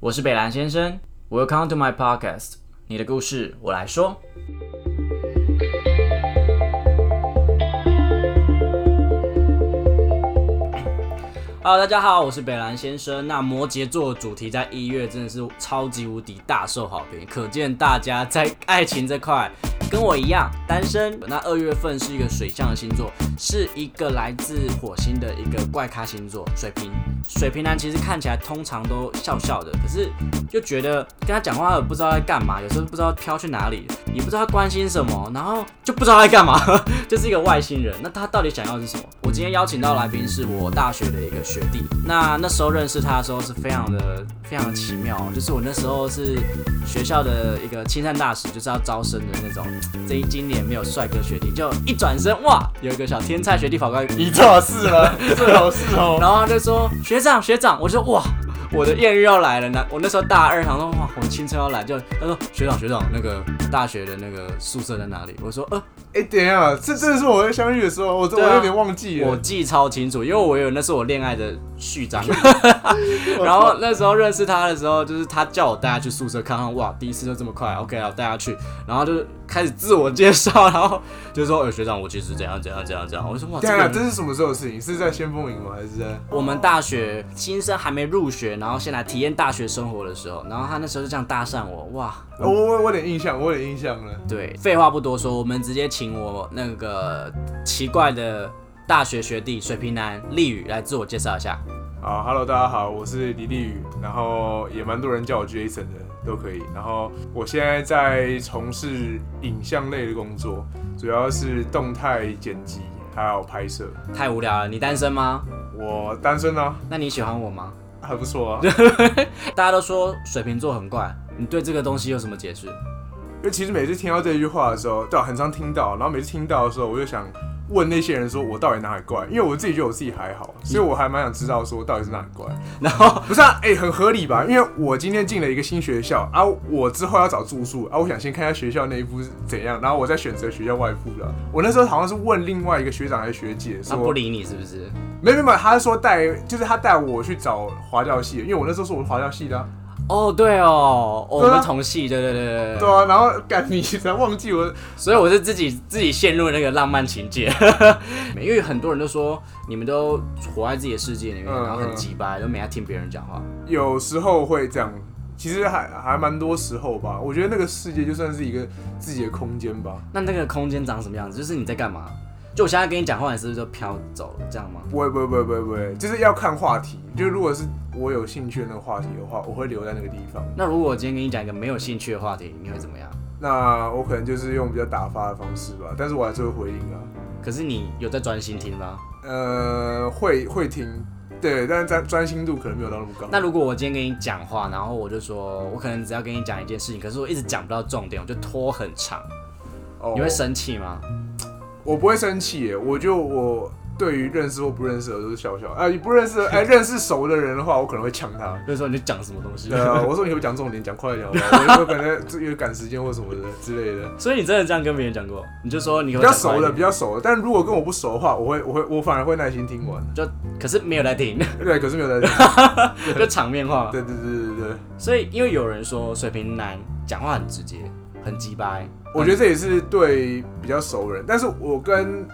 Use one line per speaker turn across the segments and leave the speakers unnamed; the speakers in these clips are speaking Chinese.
我是北兰先生，Welcome to my podcast，你的故事我来说。Hello，大家好，我是北兰先生。那摩羯座的主题在一月真的是超级无敌大受好评，可见大家在爱情这块跟我一样单身。那二月份是一个水象的星座，是一个来自火星的一个怪咖星座——水瓶。水瓶男其实看起来通常都笑笑的，可是就觉得跟他讲话也不知道在干嘛，有时候不知道飘去哪里，也不知道他关心什么，然后就不知道在干嘛， 就是一个外星人。那他到底想要的是什么？我今天邀请到来宾是我大学的一个学弟，那那时候认识他的时候是非常的非常的奇妙哦，就是我那时候是学校的一个亲善大使，就是要招生的那种，这一今年没有帅哥学弟，就一转身哇，有一个小天才学弟跑过来，
你最好是了，最好是哦。
然后他就说学长学长，我就说哇，我的艳遇要来了呢。那我那时候大二，想说哇，我的青春要来，就他说学长学长，那个大学的那个宿舍在哪里？我说呃，
哎、等一下，这真的是我在相遇的时候，我、
对啊
我有点忘记
我
了。
记超清楚，因为我有那是我恋爱的序章。然后那时候认识他的时候，就是他叫我带他去宿舍看看，哇，第一次就这么快，OK，我带啊他去，然后就是开始自我介绍，然后就说呃学长，我其实怎样怎样怎样怎样。我就说哇，这
等一
个
下，
人
啊
这是什么时候的事情？是在先锋营吗？还是在？
我们大学新生还没入学，然后先来体验大学生活的时候，然后他那时候就这样搭讪我，哇！
哦
我我我有点印象，我有点印象了。
对，废话不多说，我们直接请我那个奇怪的大学学弟水瓶男立宇来自我介绍一下。
好，Hello，大家好，我是李立宇，然后也蛮多人叫我 Jason 的，都可以。然后我现在在从事影像类的工作，主要是动态剪辑还有拍摄。
太无聊了，你单身吗？
我单身啊，
那你喜欢我吗？
还不错啊。
大家都说水瓶座很怪，你对这个东西有什么解释？
因为其实每次听到这句话的时候，对、啊，很常听到。然后每次听到的时候，我就想问那些人说，我到底哪里怪？因为我自己觉得我自己还好，所以我还蛮想知道说到底是哪里怪。
然后
不是啊，哎、很合理吧？因为我今天进了一个新学校啊，我之后要找住宿啊，我想先看一下学校内部是怎样，然后我再选择学校外部的。我那时候好像是问另外一个学长还是学姐
他啊不
说，
理你是不是？
没没没，他是说带，就是他带我去找华教系，因为我那时候是我华教系的啊、
哦，对哦，哦我
对啊
们同系，对对对对对
对啊，然后干你才忘记我，
所以我是自己自己陷入那个浪漫情节， 因为很多人都说你们都活在自己的世界里面，
嗯
然后很
嗯
鸡掰，都没在听别人讲话。
有时候会这样。其实还还蛮多时候吧，我觉得那个世界就算是一个自己的空间吧。
那那个空间长什么样子？就是你在干嘛？就我现在跟你讲话，你是不是就飘走了？这样吗？
不会不会不会不会不会，就是要看话题。就是如果是我有兴趣的那个话题的话，我会留在那个地方。
那如果我今天跟你讲一个没有兴趣的话题，你会怎么样？
那我可能就是用比较打发的方式吧，但是我还是会回应啊。
可是你有在专心听吗？
呃，会会听，对，但是专专心度可能没有到那么高。
那如果我今天跟你讲话，然后我就说，我可能只要跟你讲一件事情，可是我一直讲不到重点，我就拖很长，
哦
你会生气吗？
我不会生气耶，我就我对于认识或不认识的都是笑笑。啊，你不认识，哎、认识熟的人的话，我可能会呛他。
就是说你讲什么东 西？
嗯对啊，我说你会讲重点，讲快一点好不好？我我可能这有赶时间或什么的之类的。
所以你真的这样跟别人讲过？你就说你
比
会
较
讲快
熟
一
的，
点
比较熟的，但如果跟我不熟的话，我会，我会，我反而会耐心 听完。
可是没有在听，
对，可是没有在听。
就场面话。
对对对对对，
所以因为有人说水瓶男讲话很直接，很鸡掰，
我觉得这也是对比较熟人，但是我跟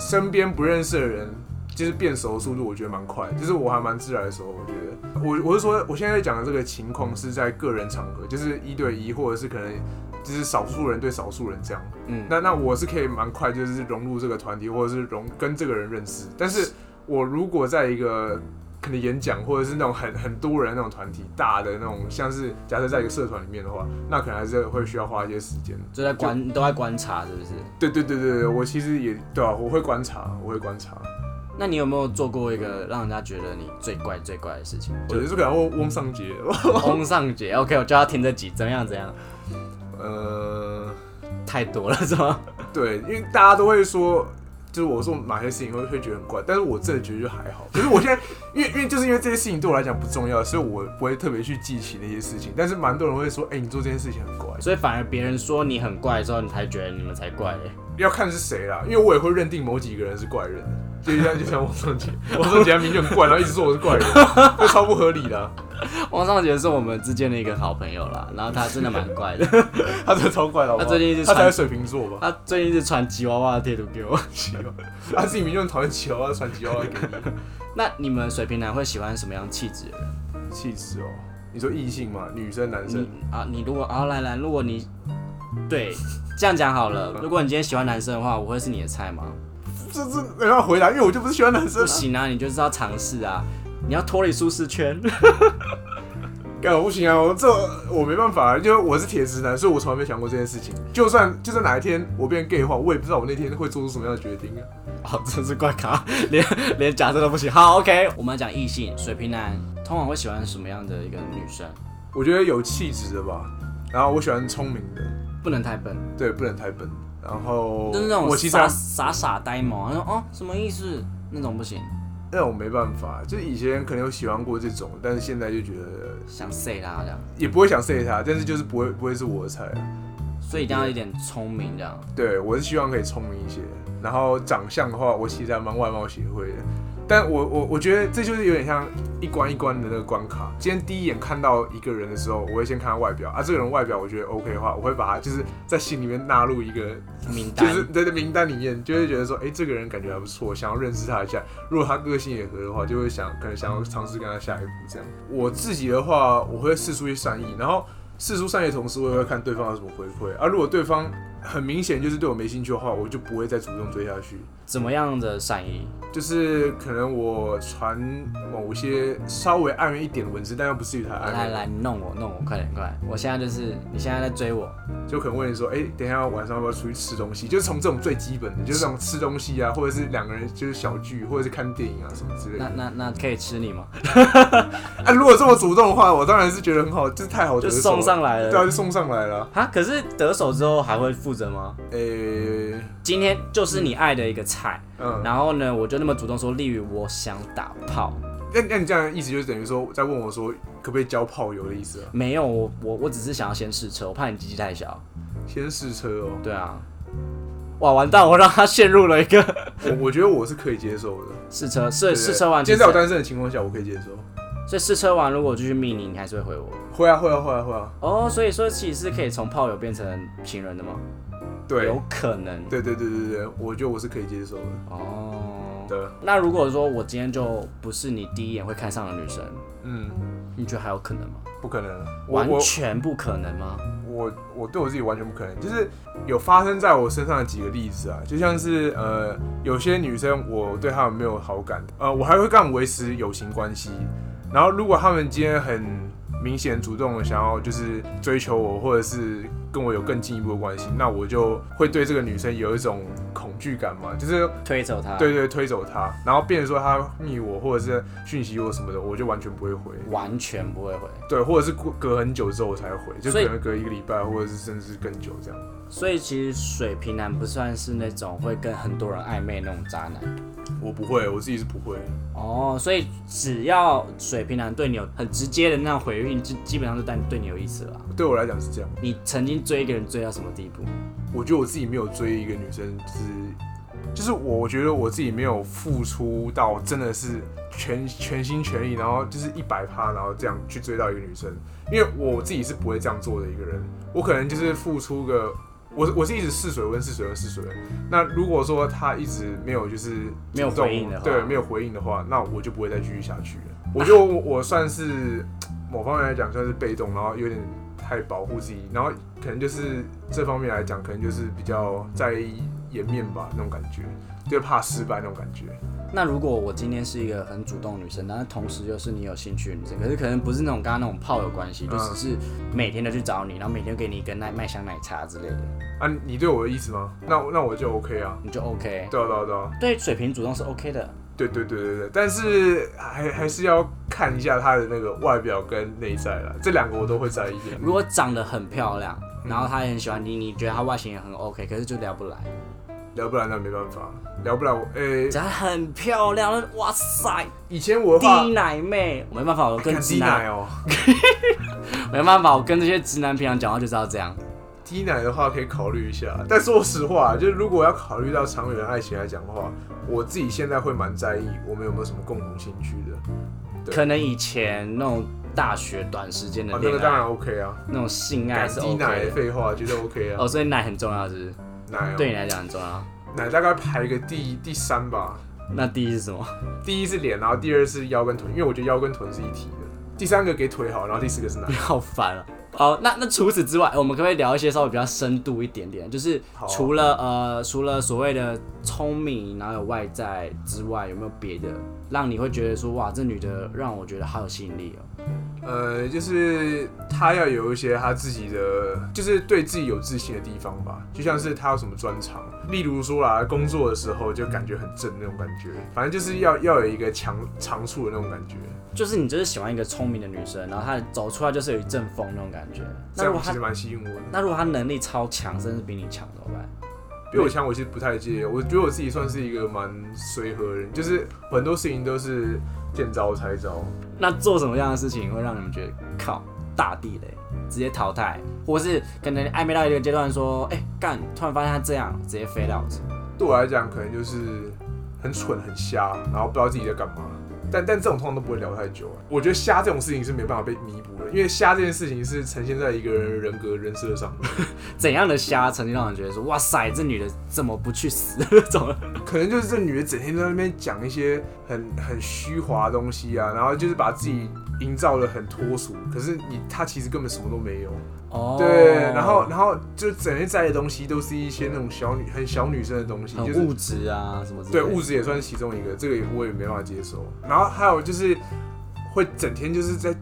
身边不认识的人，就是变熟的速度，我觉得蛮快，就是我还蛮自然的时候，我觉得，我我是说，我现在讲的这个情况是在个人场合，就是一对一，或者是可能就是少数人对少数人这样。
嗯，
那那我是可以蛮快，就是融入这个团体，或者是融跟这个人认识。但是我如果在一个可能演讲，或者是那种很很多人那种团体，大的那种，像是假设在一个社团里面的话，那可能还是会需要花一些时间。
就在观都在观察，是不是？
对对对对对，我其实也对啊，我会观察，我会观察。
那你有没有做过一个让人家觉得你最怪最怪的事情？
我觉得这可能翁翁尚杰，
翁尚杰，OK，我就要听这集，怎样怎样，
呃，
太多了是吗？
对，因为大家都会说，就是我说哪些事情会会觉得很怪，但是我真的觉得就还好。可是我现在，因为因为就是因为这些事情对我来讲不重要，所以我不会特别去记起那些事情。但是蛮多人会说，哎、你做这件事情很怪，
所以反而别人说你很怪的时候，你才觉得你们才怪嘞。
要看是谁啦。因为我也会认定某几个人是怪人，就一下就像王尚杰，王尚杰他名字很怪，然后一直说我是怪 人，这超不合理的啊、
王尚杰是我们之间的一个好朋友啦，然后他真的蛮怪的，
他真的超怪的好不
他
好
最近一直
他才
传
是水瓶座吧？
他最近是传吉娃娃的贴图给我。
他自己明明就很讨厌吉娃娃，传吉娃娃给你，
那你们水瓶男会喜欢什么样气质的人？
气质哦。你说异性嘛，女生男生
你，啊，你如果啊，来来，如果你 对这样讲好了，如果你今天喜欢男生的话，我会是你的菜吗？
这这没办法回答，因为我就不是喜欢男生
不
啊。
行啊，你就是要尝试啊，你要脱离舒适圈。
干我不行啊，我这我没办法、啊，因为我是铁直男，所以我从来没想过这件事情。就算就算哪一天我变 gay 的话，我也不知道我那天会做出什么样的决定啊。
哦，真是怪 咖，连连假设都不行。好，OK，我们来讲异性，水瓶男通常会喜欢什么样的一个女生？
我觉得有气质的吧，然后我喜欢聪明的，
不能太笨，
对，不能太笨。然后
就是那种
我其实还
傻傻傻呆萌，然后哦什么意思？那种不行，
那我没办法，啊就是以前可能有喜欢过这种，但是现在就觉得
想 say 啦这样，
也不会想 say 他，但是就是不会不会是我的菜啊。
所以一定要有点聪明这样。
对，我是希望可以聪明一些。然后长相的话，我其实还蛮外貌协会的，但我我我觉得这就是有点像一关一关的那个关卡。今天第一眼看到一个人的时候，我会先看他外表啊，这个人外表我觉得 OK 的话，我会把他就是在心里面纳入一个
名单，
就是在这名单里面，就会觉得说，哎、这个人感觉还不错，想要认识他一下。如果他个性也合的话，就会想可能想要尝试跟他下一步这样。我自己的话，我会试出一些善意，然后试出善意的同时，我也会看对方有什么回馈。而、如果对方很明显就是对我没兴趣的话，我就不会再主动追下去。
怎么样的善意？
就是可能我传某些稍微暧昧一点的文字，但又不至于太
来
暧
来
昧，
来，你弄我弄我，快点快点！我现在就是你现在在追我，
就可能问你说，哎、等一下晚上要不要出去吃东西？就是从这种最基本的，就是那种吃东西啊，或者是两个人就是小聚，或者是看电影啊什么之类
那
的。
那那可以吃你吗？
啊，如果这么主动的话，我当然是觉得很好，就是太好得
就
手
送
了，
上来
对啊，
了
就送上来了。
啊！可是得手之后还会负责吗？
诶、
今天就是你爱的一个菜，
嗯，
然后呢，我就那么主动说，例如我想打炮，
那那你这样的意思就是等于说在问我说可不可以交炮友的意思啊？
没有我我我只是想要先试车，我怕你鸡鸡太小。
先试车哦，
对啊，哇完蛋，我让他陷入了一个
我我觉得我是可以接受的。
试车，
对
试
对
试车完，
今天在我单身的情况下，我可以接受。
所以试车完，如果我继续密你，你还是会回我。
会啊，会啊，会啊，会啊。
哦，所以说其实是可以从炮友变成情人的吗？
对
有，可能。
对对对对对，我觉得我是可以接受的。
哦，
对，
那如果说我今天就不是你第一眼会看上的女生，
嗯，
你觉得还有可能吗？
不可能啊。我
完
我
全不可能吗？
我我对我自己完全不可能，就是有发生在我身上的几个例子啊，就像是呃，有些女生我对她们没有好感，呃，我还会跟她们维持友情关系。然后如果她们今天很明显主动的想要就是追求我，或者是跟我有更进一步的关系，那我就会对这个女生有一种恐惧感嘛，就是
推走他，
对，对推走她，然后变成说她密我或者是讯息我什么的，我就完全不会回。
完全不会回。
对，或者是过隔很久之后我才回，就
所
可
以
能隔一个礼拜，或者是甚至更久这样。
所以其实水瓶男不算是那种会跟很多人暧昧那种渣男
我不会，我自己是不会。
哦。所以只要水瓶男对你有很直接的那种回应，就基本上就代对你有意思了啊。
对我来讲是这样，
你曾经追一个人追到什么地步？
我觉得我自己没有追一个女生，就是就是我觉得我自己没有付出到真的是全全心全意，然后就是一百趴，然后这样去追到一个女生，因为我自己是不会这样做的一个人，我可能就是付出个。我我是一直试水温，试水温，试水温。那如果说他一直没有就是
没有
主动
回应的话
对，没有回应的话，那我就不会再继续下去了。我就我我算是某方面来讲算是被动，然后有点太保护自己，然后可能就是这方面来讲，可能就是比较在意颜面吧那种感觉，就怕失败那种感觉。
那如果我今天是一个很主动的女生，但是同时又是你有兴趣的女生，可是可能不是那种刚刚那种炮友关系，就
嗯
只是每天都去找你，然后每天给你一个奶麦香奶茶之类的，
啊，你对我的意思吗？那那我就 OK 啊。
你就 OK。
对啊，对啊，对啊，
对水瓶主动是 OK 的，
对对对对对，但是还还是要看一下他的那个外表跟内在啦，这两个我都会在意的。
如果长得很漂亮，
嗯
然后她也很喜欢你，你觉得她外形也很 OK，可是就聊不来。
聊不然那没办法，聊不然我诶、
长得很漂亮，那哇塞，
以前我的话
低奶妹，没办法，我跟
看
直
低奶啊
男，
哦，
没办法，我跟这些直男平常讲话就是要这样，
低奶的话可以考虑一下，但说实话，就是如果要考虑到长远的爱情来讲的话，我自己现在会蛮在意我们有没有什么共同兴趣的。对
可能以前那种大学短时间的
啊，那
恋
个
爱，
当然 OK 啊，
那种性爱
敢
是
低奶
OK 的。
废话，觉得 OK 啊，
哦，所以奶很重要，是不是？
奶、哦，
对你来讲很重要。
奶大概排个第第三吧，
那第一是什么？
第一是脸，然后第二是腰跟臀，因为我觉得腰跟臀是一体的。第三个给腿好，然后第四个是 奶
你。好烦啊！好，那那除此之外，我们可不可以聊一些稍微比较深度一点点？就是
好啊
除了、呃，除了所谓的聪明，然后有外在之外，有没有别的让你会觉得说，哇，这女的让我觉得好有吸引力哦？
呃，就是他要有一些他自己的，就是对自己有自信的地方吧，就像是他有什么专长，例如说啦，工作的时候就感觉很正那种感觉，反正就是要要有一个强长处的那种感觉，
就是你就是喜欢一个聪明的女生，然后她走出来就是有一阵风那种感觉。那
这
如
样
果
其
她
实蛮吸引我的。
那如果她能力超强，甚至比你强怎么办？
比我强，我其实不太介意，我觉得我自己算是一个蛮随和的人，就是很多事情都是见招拆招。
那做什么样的事情会让你们觉得靠大地雷，直接淘汰，或是可能暧昧到一个阶段说，哎、干，突然发现她这样，直接飞到。
对我来讲，可能就是很蠢、很瞎，然后不知道自己在干嘛。但但这种通常都不会聊太久、啊。我觉得瞎这种事情是没办法被弥补的，因为瞎这件事情是呈现在一个人人格人设上的，
怎样的虾曾经让人觉得说，哇塞，这女的怎么不去死 那种？
可能就是这女的整天都在那边讲一些很很虚华的东西啊，然后就是把自己营造的很脱俗，可是你她其实根本什么都没有。
哦
对，然后然后就整天在的东西都是一些那种小女很小女生的东西，
很
就是
物质啊什么之类
对，
的，
物质也算是其中一个，这个也我也没办法接受。然后还有就是会整天就是在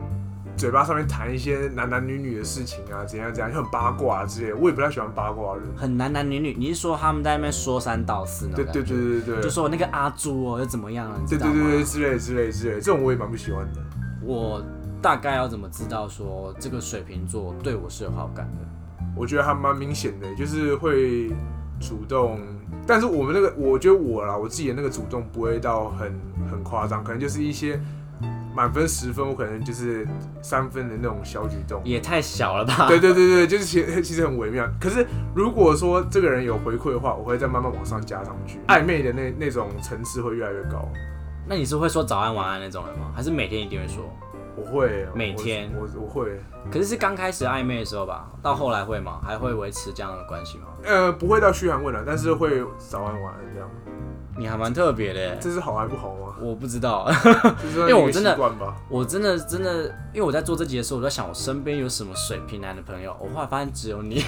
嘴巴上面谈一些男男女女的事情啊，怎样怎样，就很八卦之类的。我也不太喜欢八卦的人。
很男男女女。你是说他们在那边说三道四呢？
对对对对对
就
对，
说我那个阿朱哦又怎么样了？你
对
知道
对
吗？
对对之类之类之类，这种我也蛮不喜欢的。
我大概要怎么知道说这个水瓶座对我是有好感的？
我觉得还蛮明显的，就是会主动。但是我们那个，我觉得我啦，我自己的那个主动不会到很很夸张，可能就是一些满分十分，我可能就是三分的那种小举动。
也太小了 吧？
对对对对，就是其实其实很微妙。可是如果说这个人有回馈的话，我会再慢慢往上加上去，暧昧的那那种层次会越来越高。
那你是会说早安晚安那种人吗？还是每天一定会说？
我会啊
每天
我我我会
可是是刚开始暧昧的时候吧，到后来会吗？还会维持这样的关系吗？
呃不会到嘘寒问暖，但是会早安晚安这样。
你还蛮特别的耶，
这是好还不好 吗？
我不知道。
就是
因为我真的
习惯吧。
我真的真的，因为我在做这集的时候，我在想我身边有什么水瓶男的朋友，我后来发现只有 你，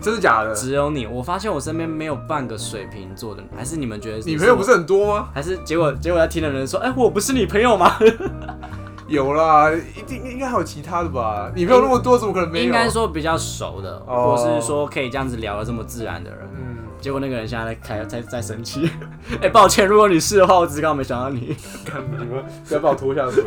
真的假的？
只有你。我发现我身边没有半个水瓶座的，还是你们觉得
你朋友不
是
是很多吗？
我？还是结果结果在听的人说，哎、我不是你朋友吗？
有啦，一定应该还有其他的吧？你朋友那么多，怎么可能没有？
应该说比较熟的，或
哦
是说可以这样子聊得这么自然的人。
嗯，
结果那个人现在在开在在生气， 哎、抱歉，如果你是的话，我只是刚好没想到你。
看你们不要把我拖下水。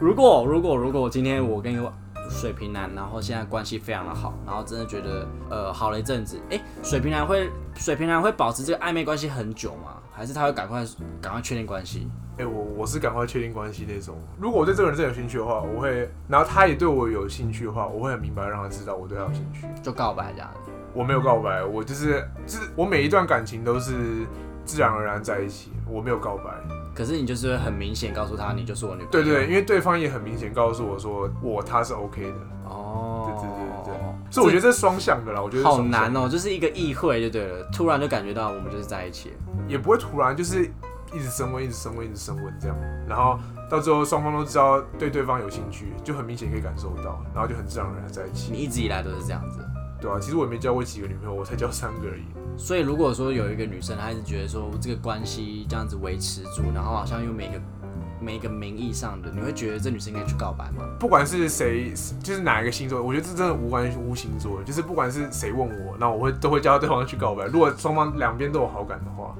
如果如果如果今天我跟一个水瓶男，然后现在关系非常的好，然后真的觉得呃好了一阵子，哎、水瓶男会水瓶男会保持这个暧昧关系很久吗？还是他会赶快赶快确定关系？
哎、我我是赶快确定关系那种。如果我对这个人真的有兴趣的话，我会，然后他也对我有兴趣的话，我会很明白让他知道我对他有兴趣。
就告白这样子？
我没有告白，我就是就是我每一段感情都是自然而然在一起，我没有告白。
可是你就是会很明显告诉他，你就是我女朋
对
友。
对，因为对方也很明显告诉我说我他是 OK 的，
哦，
对对对对所以我觉
得。
得这是双向的啦。我觉得
好
哦。
难哦，就是一个意会就对了，突然就感觉到我们就是在一起了。
也不会突然就是一直升温，一直升温，一直升温这样，然后到最后双方都知道对对方有兴趣，就很明显可以感受到，然后就很自然而然在一
你
起，
一直以来都是这样子，
对啊，其实我也没交过几个女朋友，我才交三个而已。
所以如果说有一个女生，她一直觉得说这个关系这样子维持住，然后好像又每个每一个名义上的，你会觉得这女生应该去告白吗？
不管是谁，就是哪一个星座，我觉得这真的无关无星座，就是不管是谁问我，那我会都会叫对方去告白。如果双方两边都有好感的话，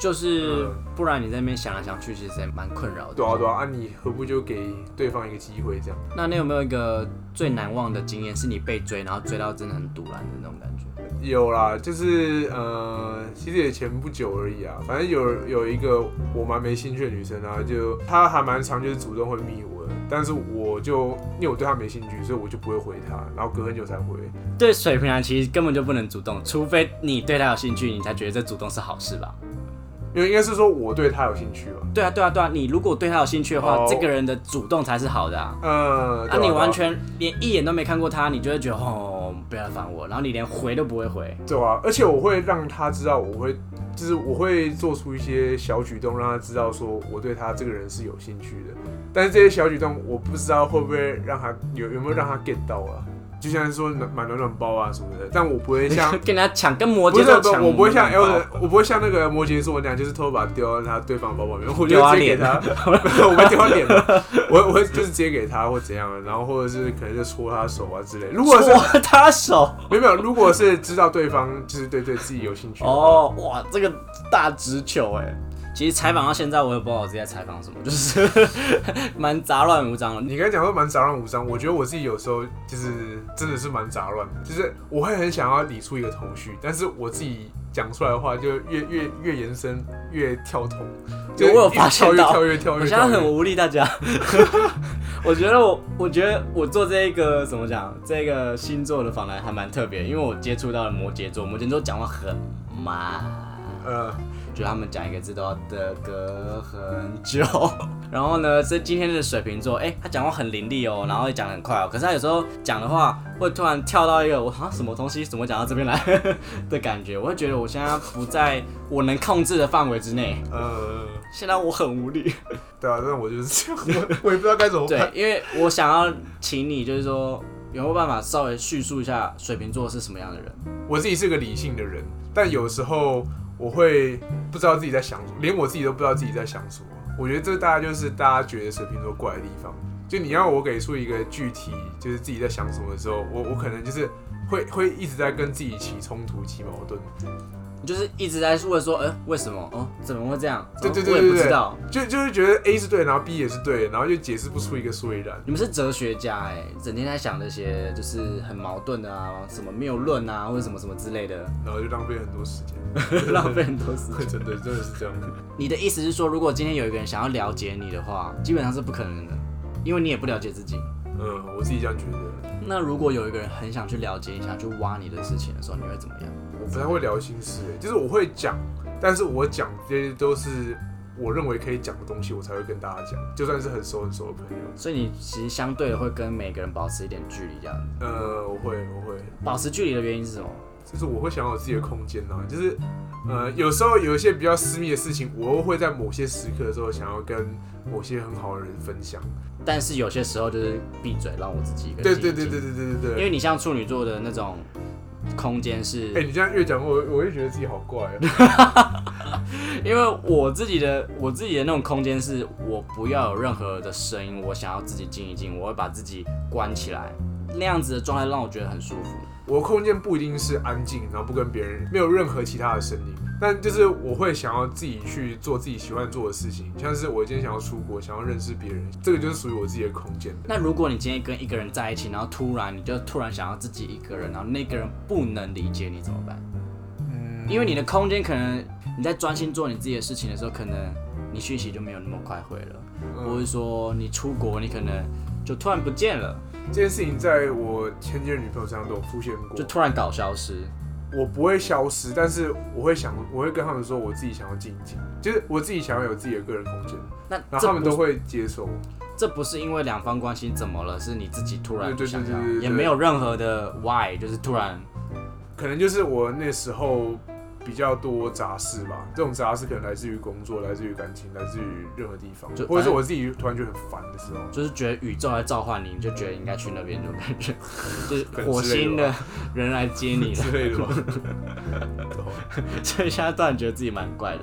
就是
嗯
不然你在那边想来想去，其实也蛮困扰的。
对啊对啊，啊你何不就给对方一个机会这样？
那你有没有一个最难忘的经验，是你被追，然后追到真的很堵然的那种感觉？
有啦，就是呃，其实也前不久而已啊。反正有有一个我蛮没兴趣的女生啊，就她还蛮常就是主动会密我的，但是我就因为我对她没兴趣，所以我就不会回她，然后隔很久才回。
对水瓶男其实根本就不能主动，除非你对他有兴趣，你才觉得这主动是好事吧？
因为应该是说我对她有兴趣吧。
对啊，对啊，对啊，你如果对他有兴趣的话，
哦
这个人的主动才是好的啊。
呃，
那、
对
你
啊
完全连一眼都没看过他，你就会觉得哦，不要烦我，然后你连回都不会回。
对啊，而且我会让她知道我会。就是我会做出一些小举动，让她知道说我对她这个人是有兴趣的，但是这些小举动我不知道会不会让她有有没有让她 get 到啊，就像是说暖买暖暖包啊什么的，但我不会像
跟人家抢，跟摩
不
羯座
是不是，
抢，
我不会像
没有
L
办
的
法，
我不会像那个摩羯座那样，就是偷偷把它丢到他对方包包里面，我就
丢他
直接给
脸
他， 我会丢他脸嘛，我我会就是直接给他或怎样，啊然后或者是可能就戳他手啊之类。如果是
哇，他手
没有没有，如果是知道对方就是对对自己有兴趣的话，
哦，哇，这个大直球哎。其实采访到现在，我也不知道我自己在采访什么，就是 蛮杂乱无章的。
你刚才讲说蛮杂乱无章，我觉得我自己有时候就是真的是蛮杂乱的，就是我会很想要理出一个头绪，但是我自己讲出来的话就越越越延伸越跳脱，就
有我有
一直
发现
跳越
到
跳越跳
我
越
现
跳
在
越
很。无力，大家。 我觉得我，我觉得我做这一个怎么讲，这个星座的访谈还蛮特别，因为我接触到了摩羯座，摩羯座讲话很慢，
呃，
觉得他们讲一个字都要的隔很久。 然后呢，这今天的水瓶座，哎、他讲话很伶俐哦，然后也讲得很快哦，可是他有时候讲的话会突然跳到一个我好像什么东西怎么讲到这边来 的感觉，我会觉得我现在不在我能控制的范围之内，
呃，
现在我很无力。
对啊，但我就是 这样，我我也不知道该怎么
对
办。，
因为我想要请你，就是说有没有办法稍微叙述一下水瓶座是什么样的人？
我自己是个理性的人，但有时候我会不知道自己在想什么，连我自己都不知道自己在想什么。我觉得这大概就是大家觉得水瓶座怪的地方。就你要我给出一个具体，就是自己在想什么的时候，我我可能就是会会一直在跟自己起冲突、起矛盾。
你就是一直在问说，呃，为什么？哦，怎么会这样？
对
哦
对对
我也不知道。
就就是觉得 A 是对，然后 B 也是对，然后就解释不出一个所以然。
你们是哲学家哎、整天在想这些就是很矛盾的啊，什么谬论啊，或者什么什么之类的，
然后就浪费很多时间，
浪费很多时间。
真的真的是这样。
你的意思是说，如果今天有一个人想要了解你的话，基本上是不可能的，因为你也不了解自己。
嗯，我自己这样觉得。
那如果有一个人很想去了解你，想去挖你的事情的时候，你会怎么样？
我不太会聊心事、欸，就是我会讲，但是我讲这些都是我认为可以讲的东西，我才会跟大家讲，就算是很熟很熟的朋友，
所以你其实相对的会跟每个人保持一点距离，这样子。
呃，我会我会，
保持距离的原因是什么？
就是我会想要有自己的空间呐、就是呃，有时候有一些比较私密的事情，我又会在某些时刻的时候想要跟某些很好的人分享。
但是有些时候就是闭嘴，让我自己一个人
对
静
对
一
对
静
对对对对
因
对。
为你像处女座的那种空间是，
哎、你这样越讲我，我就觉得自己好怪哦、
因为我自己的我自己的那种空间是，我不要有任何的声音，我想要自己静一静，我会把自己关起来，那样子的状态让我觉得很舒服。
我的空间不一定是安静，然后不跟别人没有任何其他的声音，但就是我会想要自己去做自己喜欢做的事情，像是我今天想要出国，想要认识别人，这个就是属于我自己的空间的。
那如果你今天跟一个人在一起，然后突然你就突然想要自己一个人，然后那个人不能理解你怎么办？
嗯，
因为你的空间可能你在专心做你自己的事情的时候，可能你讯息就没有那么快回了，
嗯呃
或者说你出国，你可能就突然不见了，
这件事情在我前几任女朋友身上都有出现过
就，突然搞消失。
我不会消失，但是我会想，我会跟他们说我自己想要静一静，就是我自己想要有自己的个人空间，
那
然后
这
他们
不
都会接受。
这不是因为两方关系怎么了，是你自己突然
对对对
想
对对
要，
对
也没有任何的 why，就是突然
可能就是我那时候比较多杂事吧，这种杂事可能来自于工作，来自于感情，来自于任何地方
就，
或者是我自己突然觉得很烦的时候，
就是觉得宇宙在召唤你，你就觉得应该去那边，这种感觉，就是
可能
火
之类的
星的人来接你了。
之类的吧。
所以现在突然觉得自己蛮怪的，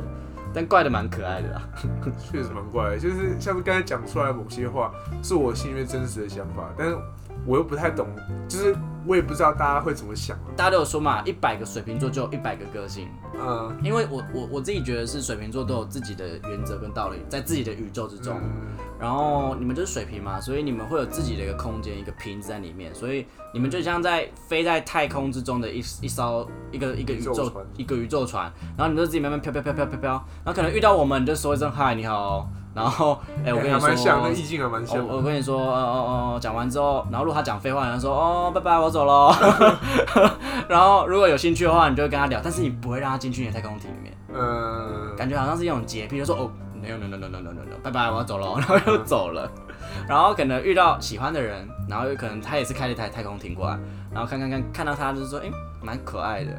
但怪的蛮可爱的啦。
确实蛮怪的，就是像是刚才讲出来的某些话，是我心里面真实的想法，但是我又不太懂，就是我也不知道大家会怎么想啊。
大家都有说嘛，一百个水瓶座就有一百个个性，
嗯，
因为我我我自己觉得是水瓶座都有自己的原则跟道理，在自己的宇宙之中。
嗯
然后你们就是水平嘛，所以你们会有自己的一个空间，一个瓶子在里面，所以你们就像在飞在太空之中的一一艘一个一个宇
宇宙
宙
船
一个宇宙船，然后你们就自己慢慢飘飘飘飘飘飘，然后可能遇到我们你就说一声嗨你好，然后哎、我跟
还
你
蛮像，那
说。
意境还蛮像
我。我跟你说，哦哦哦，讲完之后，然后如果他讲废话，然后说哦，拜拜，我走喽。然后如果有兴趣的话，你就会跟他聊，但是你不会让他进去你的太空体里面。
呃，
感觉好像是一种洁癖，就说哦没有 no no no no no no no，拜拜，我要走了，然 后又走了。然后可能遇到喜欢的人，然后有可能他也是开了一台太空艇过来，然后看看看看到他就是说，哎、蛮可爱的，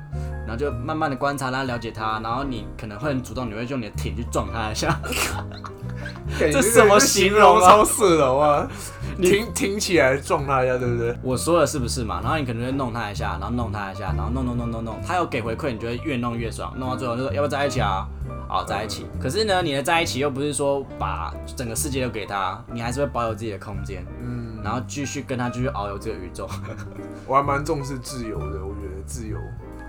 然后就慢慢的观察他，了解他，然后你可能会很主动，你会用你的艇去撞他一下，
感觉
这什么
个
形
形
容啊
超色的哇！
你
挺挺起来撞他一下，对不对？
我说的是不是嘛？然后你可能会弄他一下，然后弄他一下，然后弄弄弄弄弄，他有给回馈，你就会越弄越爽，弄到最后就说要不要在一起啊？好，在一起。可是呢，你的在一起又不是说把整个世界都给他，你还是会保有自己的空间，嗯，然后继续跟他继续遨游这个宇宙，
我还蛮重视自由的，我觉得自由，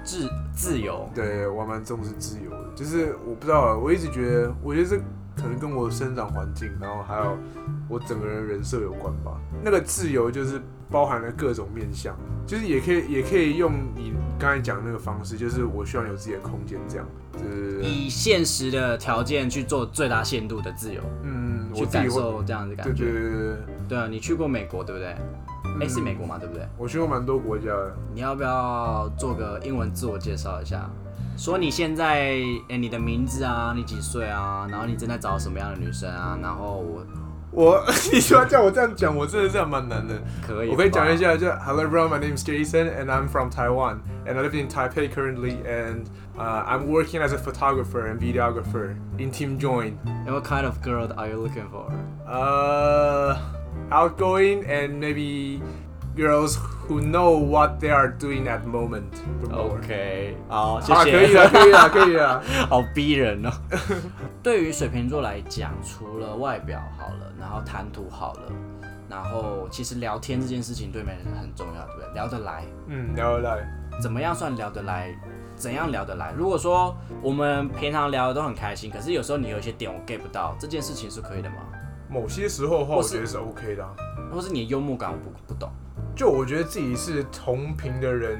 自自由。
对我还蛮重视自由的。就是我不知道啊，我一直觉得，我觉得这可能跟我生长环境，然后还有我整个人人设有关吧。那个自由就是包含了各种面向，就是也可以也可以用你刚才讲的那个方式，就是我希望有自己的空间，这样。对对对对，
以现实的条件去做最大限度的自由，
嗯，
去
我自己
感
会，
受这样的感
对
觉。
对对对对，
对啊，你去过美国对不对？哎、
嗯
是美国嘛，对不对？
我去过蛮多国家的。
你要不要做个英文自我介绍一下？说你现在，哎、你的名字啊，你几岁啊？然后你正在找什么样的女生啊？然后我
我你说叫我这样讲，我真的是还蛮难的。
可以，
我可以讲一，下，就 Hello everyone, my name is Jason and I'm from Taiwan and I live in Taipei currently and uh, I'm working as a photographer and videographer in Team Join.
然后 kind of girl are you looking for？
Uh, outgoing and maybe girls who know what they are doing at the moment. the more.
OK，好，谢
啊，可以
谢，
了，可以了，可以 了。
好逼人哦。 对于水瓶座来讲，除了外表好了，然后谈吐好了，然后其实聊天这件事情对每个人很重要，对不对？聊得来，
嗯，聊得来。
怎么样算聊得来？怎样聊得来？如果说我们平常聊的都很开心，可是有时候你有一些点我 get 不到，这件事情是可以的吗？
某些时候的话，
或
我
是
觉得是 OK 的啊、
或是你的幽默感我不不懂？
就我觉得自己是同频的人，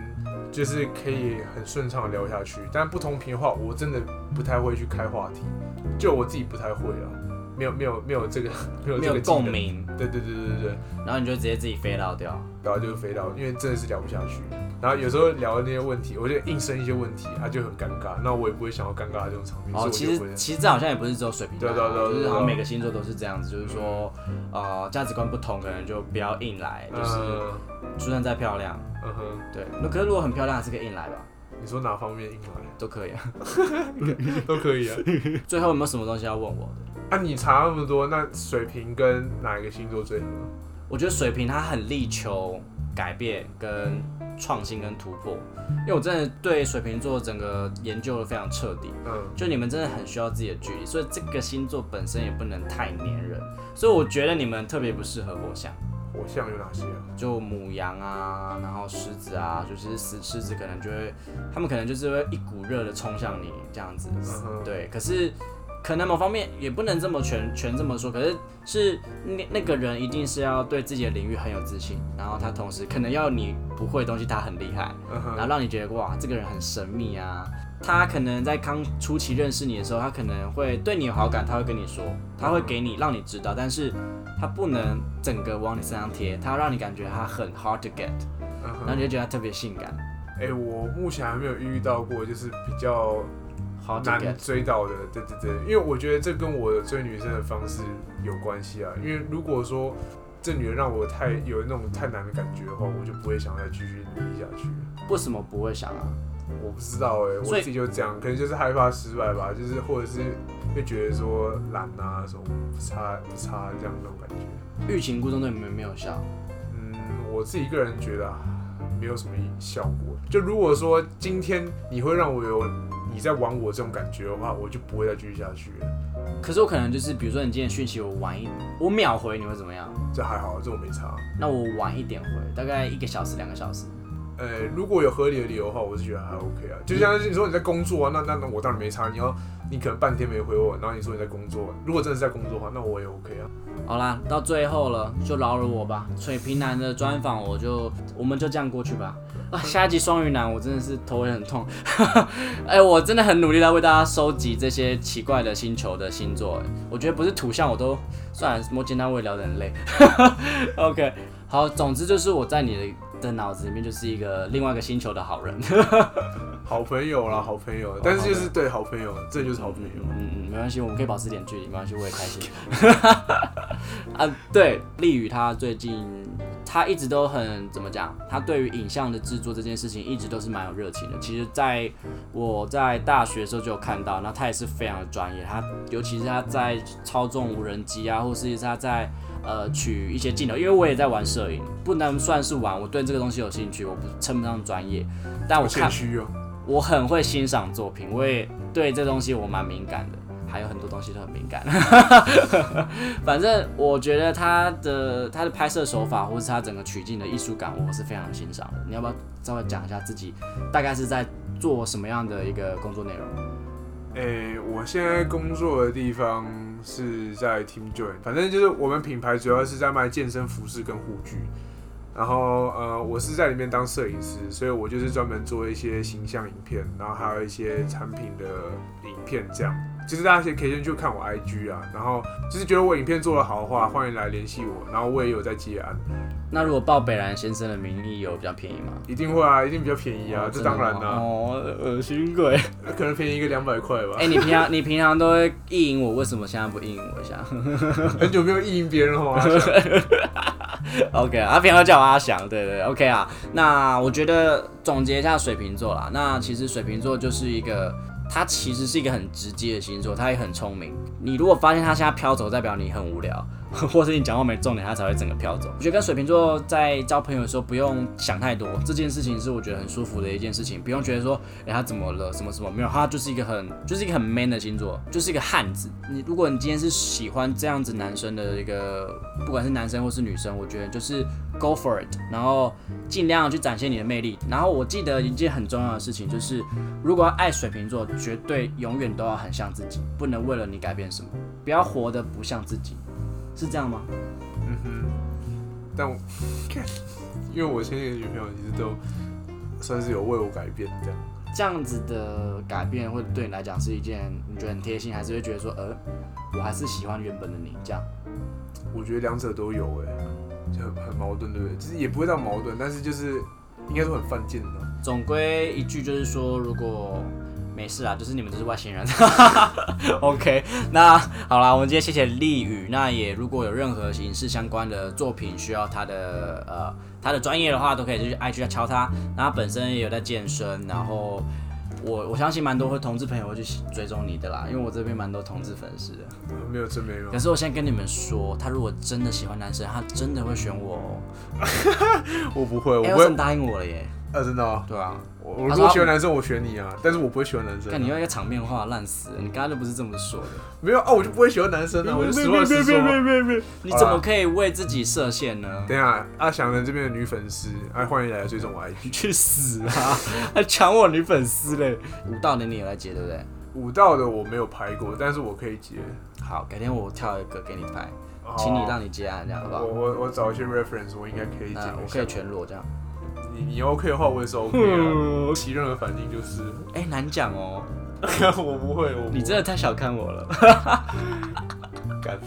就是可以很顺畅地聊下去。但不同频的话，我真的不太会去开话题，就我自己不太会啊，没有没有没有这个 没有
没
这
有
个
共
技能。
鸣，
对对对对对，
然后你就直接自己飞到掉。
然后就飞到，因为真的是聊不下去。然后有时候聊那些问题，我就硬生一些问题，啊他、就很尴尬。那我也不会想要尴尬的这种场面，所
哦，
以我
其
就不
实
会。
其实这好像也不是只有水瓶座啊，
对对对对
就是
对嗯
好像每个星座都是这样子，就是说，呃，价值观不同，可能就不要硬来，就是
嗯
就算再漂亮，
嗯哼，
对，那可是如果很漂亮，还是可以硬来吧，
你说哪方面硬来
都可以啊。
都可以啊。
最后有没有什么东西要问我的？
啊，你查那么多，那水瓶跟哪一个星座最合？
我觉得水瓶他很力求改变跟创新跟突破，因为我真的对水瓶座整个研究的非常彻底。
嗯，
就你们真的很需要自己的距离，所以这个星座本身也不能太黏人，所以我觉得你们特别不适合火象，
火象有哪些啊？
就母羊啊，然后狮子啊，就是狮狮子可能就会，他们可能就是会一股热的冲向你这样子，
嗯哼
对，可是可能某方面也不能这么全全这么说，可是是那那个人一定是要对自己的领域很有自信，然后他同时可能要你不会的东西他很厉害，
嗯
然后
哼，
让你觉得哇，这个人很神秘啊。他可能在刚初期认识你的时候，他可能会对你有好感，他会跟你说，他会给你让你知道，但是他不能整个往你身上贴，他让你感觉他很 hard to get，
嗯
然后
哼，
你就觉得他特别性感
哎、我目前还没有遇到过，就是比较
，hard to get
难。追到的，对对对，因为我觉得这跟我追女生的方式有关系啊。因为如果说这女人让我太
嗯
有那种太难的感觉的话，我就不会想再继续努力下去了。
为什么不会想啊？
我不知道哎、我
所以
自己就这样，可能就是害怕失败吧，就是或者是会觉得说懒啊什么不差不差这样那种感觉。
欲擒故纵对你们没有效，
嗯，我自己个人觉得、啊、没有什么效果。就如果说今天你会让我有你在玩我这种感觉的话，我就不会再继续下去了。
可是我可能就是，比如说你今天讯息我晚一，我秒回你会怎么样？
这还好，这我没差。
那我晚一点回，大概一个小时两个小时，
呃，如果有合理的理由的话，我是觉得还 OK 啊。就像是你说你在工作啊，那那那我当然没差。你要你可能半天没回我，然后你说你在工作，如果真的是在工作的话，那我也 OK 啊。
好啦，到最后了，就饶了我吧。水瓶男的专访，我就我们就这样过去吧。啊，下一集双鱼男，我真的是头也很痛。 哎、我真的很努力在为大家收集这些奇怪的星球的星座。哎我觉得不是土象，我都算了，摩羯男我也聊得很累。OK，好，总之就是我在你的的脑子里面就是一个另外一个星球的好人。
好朋友啦，好朋友，但是就是对好朋友，这就是好朋友。
嗯嗯，没关系，我们可以保持点距离，没关系，我也开心。啊，对，丽宇他最近他一直都很怎么讲？他对于影像的制作这件事情一直都是蛮有热情的。其实，在我在大学的时候就有看到，那他也是非常的专业。他尤其是他在操纵无人机啊，或是他在呃取一些镜头，因为我也在玩摄影，不能算是玩，我对这个东西有兴趣，我不称不上专业，但我
好
看
谦虚哦，
我很会欣赏作品，我也对这东西我蛮敏感的，还有很多东西都很敏感。 反正我觉得他的他的拍摄手法，或是他整个取景的艺术感，我是非常欣赏的。你要不要稍微讲一下自己大概是在做什么样的一个工作内容？
诶、我现在工作的地方是在 Team Join，反正就是我们品牌主要是在卖健身服饰跟护具，然后呃，我是在里面当摄影师，所以我就是专门做一些形象影片，然后还有一些产品的影片这样。就是大家先可以先去看我 IG 啊，然后就是觉得我影片做得好的话，欢迎来联系我，然后我也有在接案，
那如果报北兰先生的名义有比较便宜吗？
一定会啊，一定比较便宜啊，这当然啦、
哦，恶心鬼！
可能便宜一个两百块吧
哎、。你平常你平常都会意淫我，为什么现在不意淫我一下
很久没有意淫别人了吗？
？OK 啊，平常都叫我阿翔，对对对，OK 啊。那我觉得总结一下水瓶座啦，那其实水瓶座就是一个，他其实是一个很直接的星座，他也很聪明。你如果发现他现在飘走，代表你很无聊， 或是你讲话没重点，他才会整个飘走。我觉得跟水瓶座在交朋友的时候，不用想太多，这件事情是我觉得很舒服的一件事情，不用觉得说，哎、他怎么了，什么什么没有，他就是一个很就是一个很 man 的星座，就是一个汉子。你如果你今天是喜欢这样子男生的一个，不管是男生或是女生，我觉得就是 go for it，然后尽量去展现你的魅力。然后我记得一件很重要的事情就是，如果要爱水瓶座，绝对永远都要很像自己，不能为了你改变什么，不要活得不像自己，是这样吗？
嗯哼，但我 因为我现在的女朋友其实都算是有为我改变这样。
这样子的改变会对你来讲是一件你觉得很贴心，还是会觉得说，呃，我还是喜欢原本的你这样？
我觉得两者都有哎、就很很矛盾，对不对？就是也不会到矛盾，但是就是应该说很犯贱啊的。
总归一句就是说，如果没事啊啦，就是你们就是外星人。OK，那好啦，我们今天谢谢丽宇。那也如果有任何影视相关的作品需要他的呃他的专业的话，都可以去 IG 来敲他。那他本身也有在健身，然后我我相信蛮多会同志朋友会去追踪你的啦，因为我这边蛮多同志粉丝的。
没有真没 有
可，是我现在跟你们说，他如果真的喜欢男生，他真的会选我、哦。
我不会，我
哎
不
我
会
真，答应我了耶。
啊，真的哦、
对啊，
我我如果喜欢男生，我选你啊，但是我不会喜欢男生
看你
啊、
要一个场面话，烂死了！你刚刚就不是这么说的，
没有啊，我就不会喜欢男生啊，我就实话实说。
你怎么可以为自己设限呢？
等一下，阿翔的这边的女粉丝，哎，欢迎来追踪我 IG。
你去死啊！ 还抢我女粉丝嘞！舞蹈的你有来接对不对？
武道的我没有拍过，但是我可以接，
好，改天我跳一个给你拍，请你
哦
让你接啊，这样好不
我
好？
我我找一些 reference，我应该可以
那
讲。
我可以全裸这样。
你你 OK 的话，我也是 OK 啊。其任何反应就是，
哎、难讲哦，
我不会，我不会
你真的太小看我 了。
敢。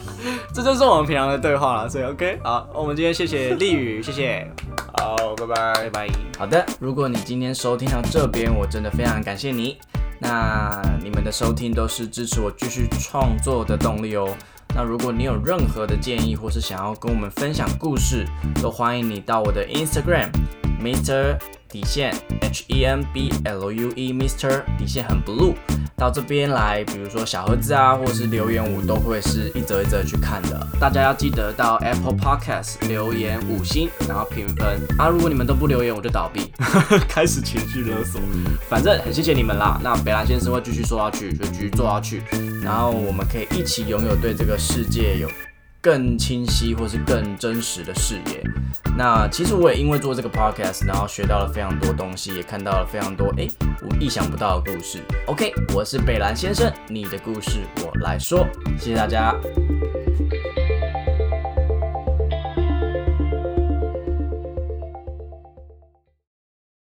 这就是我们平常的对话了，所以 OK，好，我们今天谢谢丽 宇，谢谢。
好，拜拜
拜。拜。好的，如果你今天收听到这边，我真的非常感谢你。那你们的收听都是支持我继续创作的动力哦。那如果你有任何的建议，或是想要跟我们分享故事，都欢迎你到我的 Instagram Mr 底线 H E M B L U E Mr 底线很 blue 到这边来，比如说小盒子啊，或是留言，我都会是一则一则去看的。大家要记得到 Apple Podcast 留言五星，然后评分啊。如果你们都不留言，我就倒闭， 开始情绪勒索。反正很谢谢你们啦。那北兰先生会继续说下去，就继续做下去，然后我们可以一起拥有对这个世界有更清晰或是更真实的视野。那其实我也因为做这个 podcast，然后学到了非常多东西，也看到了非常多诶我意想不到的故事。OK，我是北兰先生，你的故事我来说，谢谢大家。